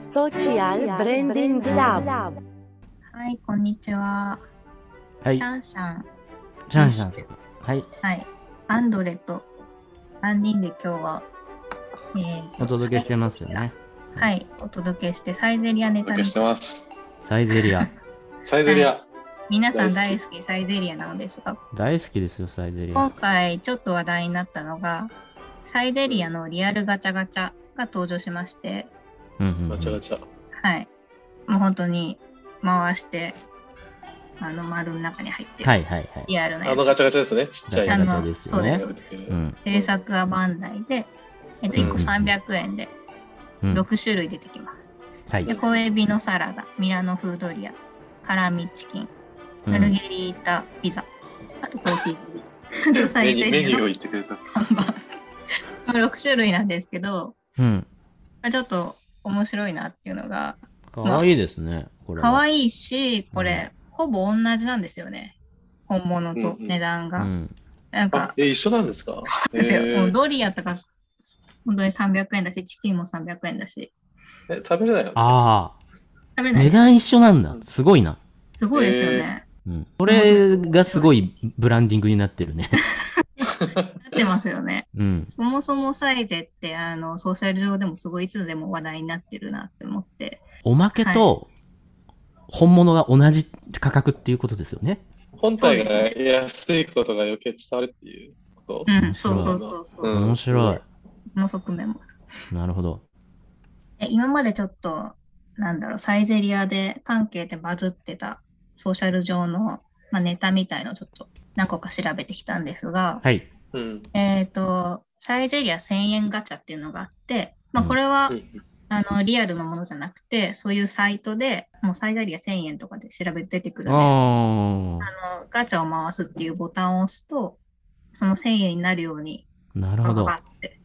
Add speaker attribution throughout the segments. Speaker 1: Social Branding Lab
Speaker 2: はい、こんにちは。
Speaker 3: はい
Speaker 2: シ、ャンシャン。
Speaker 3: シャンシャンさん。はい、
Speaker 2: はい。アンドレと3人で今日は、えー
Speaker 3: お届けしてますよね。
Speaker 2: はい、お届けして、サイゼリアネ
Speaker 4: お
Speaker 2: タ
Speaker 4: 受
Speaker 2: で
Speaker 4: けし
Speaker 2: す
Speaker 4: て。ます。
Speaker 3: サイゼリア。
Speaker 4: サイゼリア。
Speaker 2: 皆さん
Speaker 4: 大
Speaker 2: 大
Speaker 4: 好
Speaker 2: 好きサイゼリアなのですが、
Speaker 3: 大好きですよ、サイゼリ
Speaker 2: 今
Speaker 3: ア。
Speaker 2: 回ちょっと話題になったのが、サイゼリアのリアルガチャガチャが登場しまして、
Speaker 3: うんうんうん
Speaker 4: ガチャガチャ。
Speaker 2: はい。もう本当に回して、あの丸の中に入ってる、
Speaker 3: はいはいはい。
Speaker 2: リアルな
Speaker 4: あ
Speaker 2: や
Speaker 4: の
Speaker 2: つ。
Speaker 4: ガチャガチャですね。ちっちゃい
Speaker 3: ガチャ
Speaker 4: や
Speaker 3: ガチャですよ
Speaker 4: つ。
Speaker 2: あ
Speaker 3: ね
Speaker 2: の。
Speaker 3: うん。
Speaker 2: 制作はバンダイで、えっと、1個300円で
Speaker 3: うん、は
Speaker 2: 6種類出てきます。
Speaker 3: い
Speaker 2: で、。小エビのサラダ、ミラノフードリア、辛味チキン、
Speaker 3: うん
Speaker 2: マルゲリータピザ、あとコー ヒー。あとサ
Speaker 4: メ
Speaker 2: イ
Speaker 4: ニュ
Speaker 2: ゼ
Speaker 4: ーメニ
Speaker 2: リ
Speaker 4: ュ
Speaker 2: ア
Speaker 4: ーを
Speaker 2: の
Speaker 4: 言ってくれた。
Speaker 2: 看板。この6種類なんですけど、
Speaker 3: うん。
Speaker 2: まあちょっと面白いなっていうのが、
Speaker 3: かわいいですね、これは。
Speaker 2: 可
Speaker 3: い
Speaker 2: 愛いし、これ、ほぼ同じなんですよね。本物と値段が。
Speaker 3: うん。
Speaker 2: なん
Speaker 4: あ
Speaker 2: か、、
Speaker 4: え、一緒なんですか
Speaker 2: ですよ
Speaker 4: えー
Speaker 2: もうドリアとか、本当に300円だし、チキンも300円だし、
Speaker 4: え食べれないよ。
Speaker 3: あ
Speaker 2: 食べれ
Speaker 3: あ、
Speaker 2: ない
Speaker 3: 値
Speaker 2: です。
Speaker 3: 段一緒なんだ。すごいな。
Speaker 2: すごいですよね。
Speaker 3: うん。これがすごいブランディングになって るね。
Speaker 2: なってますよね。
Speaker 3: うん。
Speaker 2: そもそもサイゼって、あの、ソーシャル上でもすごいいつでも話題になってるなって思って。
Speaker 3: おまけと、本物が同じ価格っていうことですよね。
Speaker 4: 本体が安いことが余計伝わるっていうこと
Speaker 2: う。ん、
Speaker 3: 面
Speaker 2: そ
Speaker 3: 白いう
Speaker 2: そうそうそう。
Speaker 4: うん
Speaker 3: 面白い。
Speaker 2: その側面も。
Speaker 3: なるほど。
Speaker 2: え今までちょっと、なんだろう、サイゼリアで関係でバズってたソーシャル上の、まあ、ネタみたいのをちょっと何個か調べてきたんですが、
Speaker 3: はい。
Speaker 4: うん。
Speaker 2: えっ、と、サイゼリア1000円ガチャっていうのがあって、まあ、
Speaker 3: うん
Speaker 2: これは、
Speaker 4: うん
Speaker 2: あの、リアルのものじゃなくて、そういうサイトで、もうサイゼリア1000円とかで調べて出てくるんですけど
Speaker 3: あ
Speaker 2: あのガチャを回すっていうボタンを押すと、その1000円になるように、
Speaker 3: あ、なる
Speaker 2: バ
Speaker 3: ほ
Speaker 2: バ
Speaker 3: ど。
Speaker 2: バって、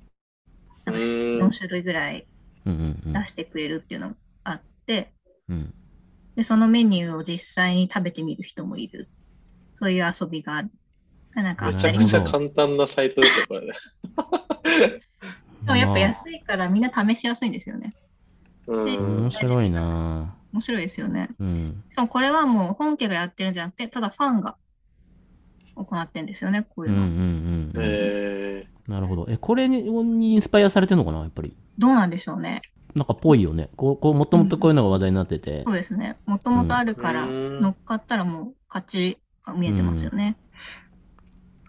Speaker 2: な
Speaker 4: う
Speaker 2: んか
Speaker 4: ん
Speaker 2: 4種類ぐらい
Speaker 3: うんうんうん
Speaker 2: 出してくれるっていうのがあって、
Speaker 3: うん。
Speaker 2: で、そのメニューを実際に食べてみる人もいる。そういう遊びがある。なんかあ
Speaker 4: め
Speaker 2: っ
Speaker 4: ち
Speaker 2: た
Speaker 4: ゃ
Speaker 2: り
Speaker 4: く
Speaker 2: して
Speaker 4: ちゃ簡単なサイトですよ、これね。
Speaker 2: でもやっぱ
Speaker 3: ま
Speaker 2: 安いからみんな試しやすいんですよね。
Speaker 3: あ
Speaker 4: うん
Speaker 3: 面。白いな
Speaker 2: 面白いですよね。
Speaker 3: ぁうん。
Speaker 2: しかもこれはもう本家がやってるんじゃなくて、ただファンが行ってるんですよね、こう
Speaker 3: う
Speaker 2: い
Speaker 3: ん
Speaker 2: う
Speaker 3: うん
Speaker 2: の。
Speaker 3: うんうん。
Speaker 4: え
Speaker 3: なるほど。え、これににインスパイアされてるのかなやっぱり。
Speaker 2: どうなんでしょうね。
Speaker 3: なんかぽいよね。こう、こう、もともとこういうのが話題になってて。
Speaker 2: そうですね。もともとある
Speaker 4: ー
Speaker 2: から、
Speaker 4: うん
Speaker 2: 乗っかったらもう勝ちが見えてますよね。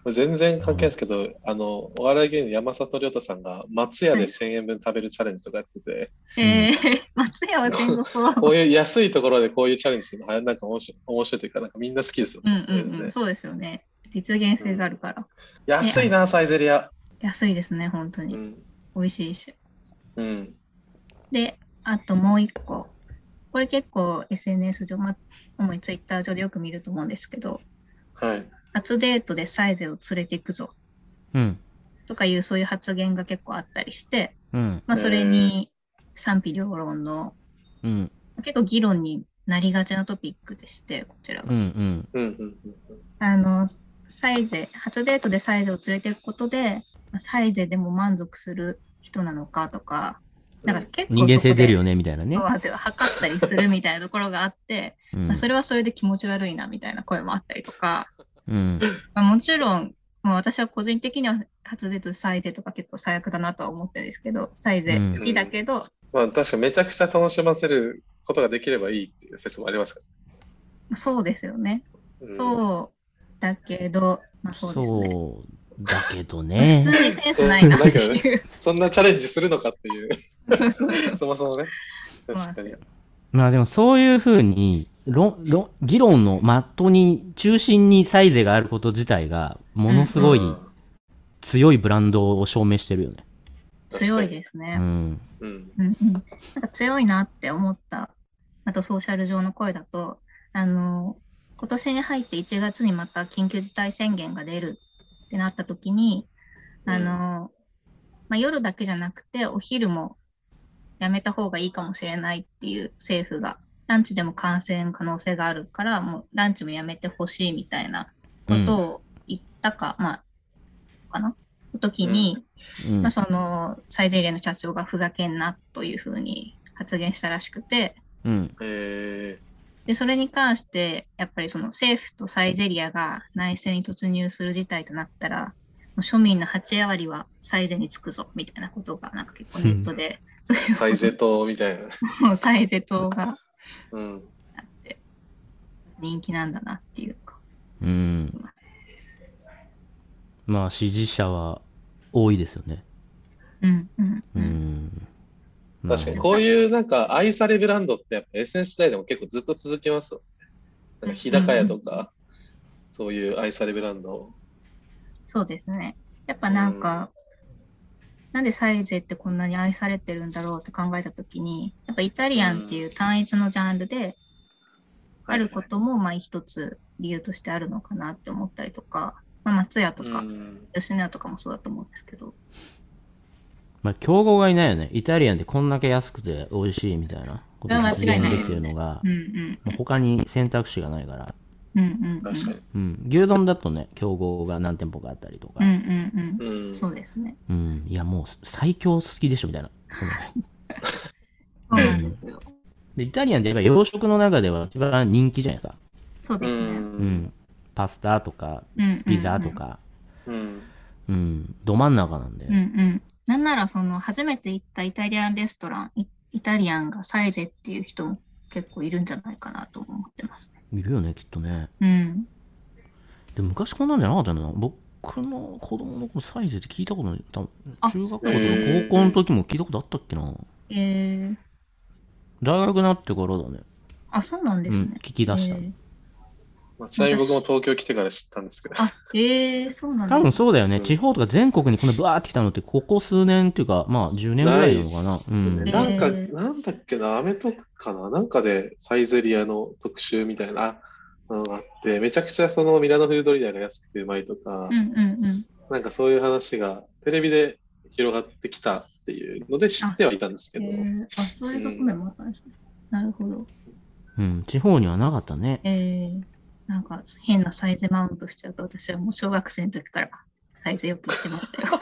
Speaker 4: 全然関係ないですけど、あの、お笑い芸人山里亮太さんが松屋で1000円分食べるチャレンジとかやってて、
Speaker 3: ん
Speaker 2: えー、 松屋は全国そう。
Speaker 4: こういう安いところでこういうチャレンジするのはなんか面白い面白いというか、なんかみんな好きですよ
Speaker 2: う
Speaker 4: ね。
Speaker 2: んうんうん、そうですよね。実現性があるから。
Speaker 4: 安いな、サイゼリア。
Speaker 2: 安いですね、本当
Speaker 4: う
Speaker 2: に。
Speaker 4: ん。
Speaker 2: 美味しいし。
Speaker 4: うん。
Speaker 2: で、あともう一個。これ結構 SNS 上、ま、主に Twitter 上でよく見ると思うんですけど、
Speaker 4: はい。
Speaker 2: 初デートでサイゼを連れていくぞ
Speaker 3: うん。
Speaker 2: とかいうそういう発言が結構あったりして、
Speaker 3: うん。
Speaker 2: まあ、それに賛否両論の
Speaker 3: うん。
Speaker 2: 結構議論になりがちなトピックでして、こちらが
Speaker 3: うん。う。ん。
Speaker 4: うんうんうん。
Speaker 2: あの、サイゼ、初デートでサイゼを連れていくことで、サイゼでも満足する人なのかとか、なんか結構
Speaker 3: 人間性出るよ
Speaker 2: ね。
Speaker 3: ね、みたいなね
Speaker 2: そう。なんですよ測ったりするみたいなところがあって、
Speaker 3: うん
Speaker 2: まあ。それはそれで気持ち悪いなみたいな声もあったりとか、
Speaker 3: うん。
Speaker 2: まあ、もちろん、まあ、私は個人的には初デートでサイゼとか結構最悪だなとは思ってるんですけど、サイゼ好きだけど、
Speaker 4: まあ確かめちゃくちゃ楽しませることができればいいっていう説もありますか
Speaker 2: そうですよね。
Speaker 4: ら。うん。
Speaker 2: そうだけど、まあそうですね。
Speaker 3: そう。だけど
Speaker 2: 普
Speaker 3: ね。
Speaker 2: 通にセンスないなっていう。
Speaker 4: そんなチャレンジするのかっていう、
Speaker 2: そうそうそう
Speaker 4: そもそもね。
Speaker 2: うなん
Speaker 4: 確
Speaker 2: です
Speaker 4: かに
Speaker 2: よ。
Speaker 3: まあでもそういうふうに、論、論、議論の的に、中心にサイゼがあること自体が、ものすごい
Speaker 4: うん
Speaker 3: 強いブランドを証明してるよね。
Speaker 2: 強いです
Speaker 3: う
Speaker 2: ね。
Speaker 3: ん。
Speaker 4: うん。
Speaker 2: うんうん、なんか強いなって思った、あとソーシャル上の声だと、あの今年に入って1月にまた緊急事態宣言が出るってなった時に、あのまあ、夜だけじゃなくてお昼もやめた方がいいかもしれないっていう政府が、ランチでも感染可能性があるから、もうランチもやめてほしいみたいなことを言ったか、まあ、かなの時に、
Speaker 3: うん
Speaker 2: まあ、そのサイゼリアの社長がふざけんなというふうに発言したらしくて、
Speaker 3: うん。
Speaker 4: え
Speaker 2: で、それに関して、やっぱりその政府とサイゼリアが内戦に突入する事態となったら、もう庶民の8割はサイゼにつくぞ、みたいなことが、なんか結構ネットで、
Speaker 4: ー、サイゼ島みたいな。
Speaker 2: もうサイゼ党が
Speaker 4: うん。
Speaker 2: 人気なんだなっていうか。
Speaker 3: うん。まあ、支持者は多いですよね。
Speaker 2: うん、うん、
Speaker 3: う
Speaker 2: うん。
Speaker 3: ん。
Speaker 4: 確かに、
Speaker 3: まあ
Speaker 4: こういうなんか愛されブランドってやっぱ SNS 時代でも結構ずっと続きますよ。なんか日高屋とか、そういう愛されブランド。
Speaker 2: そうですね。やっぱなんか、なんでサイゼってこんなに愛されてるんだろうって考えたときに、やっぱイタリアンっていう単一のジャンルで、あることもまあ一つ理由としてあるのかなって思ったりとか、まあ、松屋と
Speaker 4: う
Speaker 2: か
Speaker 4: ん。
Speaker 2: 吉野家とかもそうだと思うんですけど、
Speaker 3: まあ、競合がいないよね。イタリアンでこんだけ安くて美味しいみたいなことが
Speaker 2: それは間違いない
Speaker 3: で
Speaker 2: で
Speaker 3: きて
Speaker 2: す
Speaker 3: る
Speaker 2: ね
Speaker 3: のが
Speaker 2: う、んうん
Speaker 3: まあ他に選択肢がないから。
Speaker 2: うんうんうん
Speaker 4: 確かに。
Speaker 3: うん。牛丼だとね、競合が何店舗かあったりとか
Speaker 2: うん。うん
Speaker 4: う。
Speaker 2: うんんそうですね
Speaker 3: うん。いや、もう最強好きでしょみたいな。その
Speaker 2: そうなんですよ
Speaker 3: で、イタリアンで言えば洋食の中では一番人気じゃないですか。
Speaker 2: そうで
Speaker 4: う。
Speaker 2: すね
Speaker 3: うんん。パスタとか、
Speaker 2: うんうんうん
Speaker 3: ピザとか、
Speaker 4: うん。
Speaker 3: うん、ど真ん中なんで。
Speaker 2: うんうんなんならその初めて行ったイタリアンレストランイイタリアンがサイゼっていう人も結構いるんじゃないかなと思ってますね
Speaker 3: いるよね、きっとね。
Speaker 2: うん
Speaker 3: で、昔こんなんじゃなかったよな。僕の子供の子サイズって聞いたことない。多分
Speaker 2: あ
Speaker 3: 中学校とか
Speaker 4: そうなんだ
Speaker 3: 高校の時も聞いたことあったっけな。
Speaker 2: えー、
Speaker 3: 大学になってからだね。
Speaker 2: あそうなんで
Speaker 3: う
Speaker 2: すね、
Speaker 3: ん、聞き出したの。
Speaker 2: えー
Speaker 4: まあちなみに僕も東京来てから知ったんですけど。
Speaker 2: あえー、そうなん
Speaker 3: 多
Speaker 2: で
Speaker 3: 分
Speaker 2: す
Speaker 3: そうだよね。
Speaker 4: うん
Speaker 3: 地方とか全国にこのバーって来たのって、ここ数年っていうか、まあ10年ぐらいなのかな。
Speaker 4: っすね
Speaker 3: うん。
Speaker 4: なんか、
Speaker 2: えー
Speaker 4: なんだっけな、アメトークかな、なんかでサイゼリアの特集みたいなのがあって、めちゃくちゃそのミラノフルドリアが安くてうまいとか、
Speaker 2: うんうんうん
Speaker 4: なんかそういう話がテレビで広がってきたっていうので知ってはいたんですけど、
Speaker 2: えー、あそういう側面もあったんですね。なるほど。
Speaker 3: うん、地方にはなかったね。
Speaker 2: えー、なんか変なサイズマウントしちゃうと、私はもう小学生の時からサイズよくしてましたよ。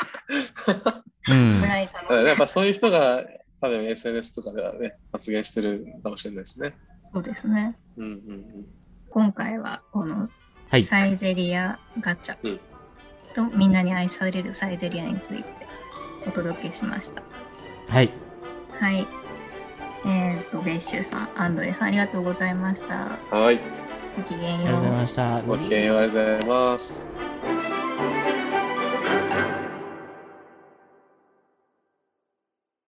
Speaker 3: うん。
Speaker 2: 村井さん
Speaker 4: だから
Speaker 2: の
Speaker 4: やっぱそういう人が多分 SNS とかではね、発言してるかもしれないですね。
Speaker 2: そうですね。
Speaker 4: うんうん
Speaker 2: 今回はこの
Speaker 3: はい。
Speaker 2: サイゼリアガチャ
Speaker 4: うん
Speaker 2: とみんなに愛されるサイゼリアについてお届けしました。
Speaker 3: はい。
Speaker 2: はい。えっ、と、ベッシュさん、アンドレさん、ありがとうございました。
Speaker 4: うん。はい、
Speaker 2: ごきげん
Speaker 3: ありがとう
Speaker 2: よう
Speaker 3: ござい。ました。
Speaker 4: ごきげんよう、ありがとうございます。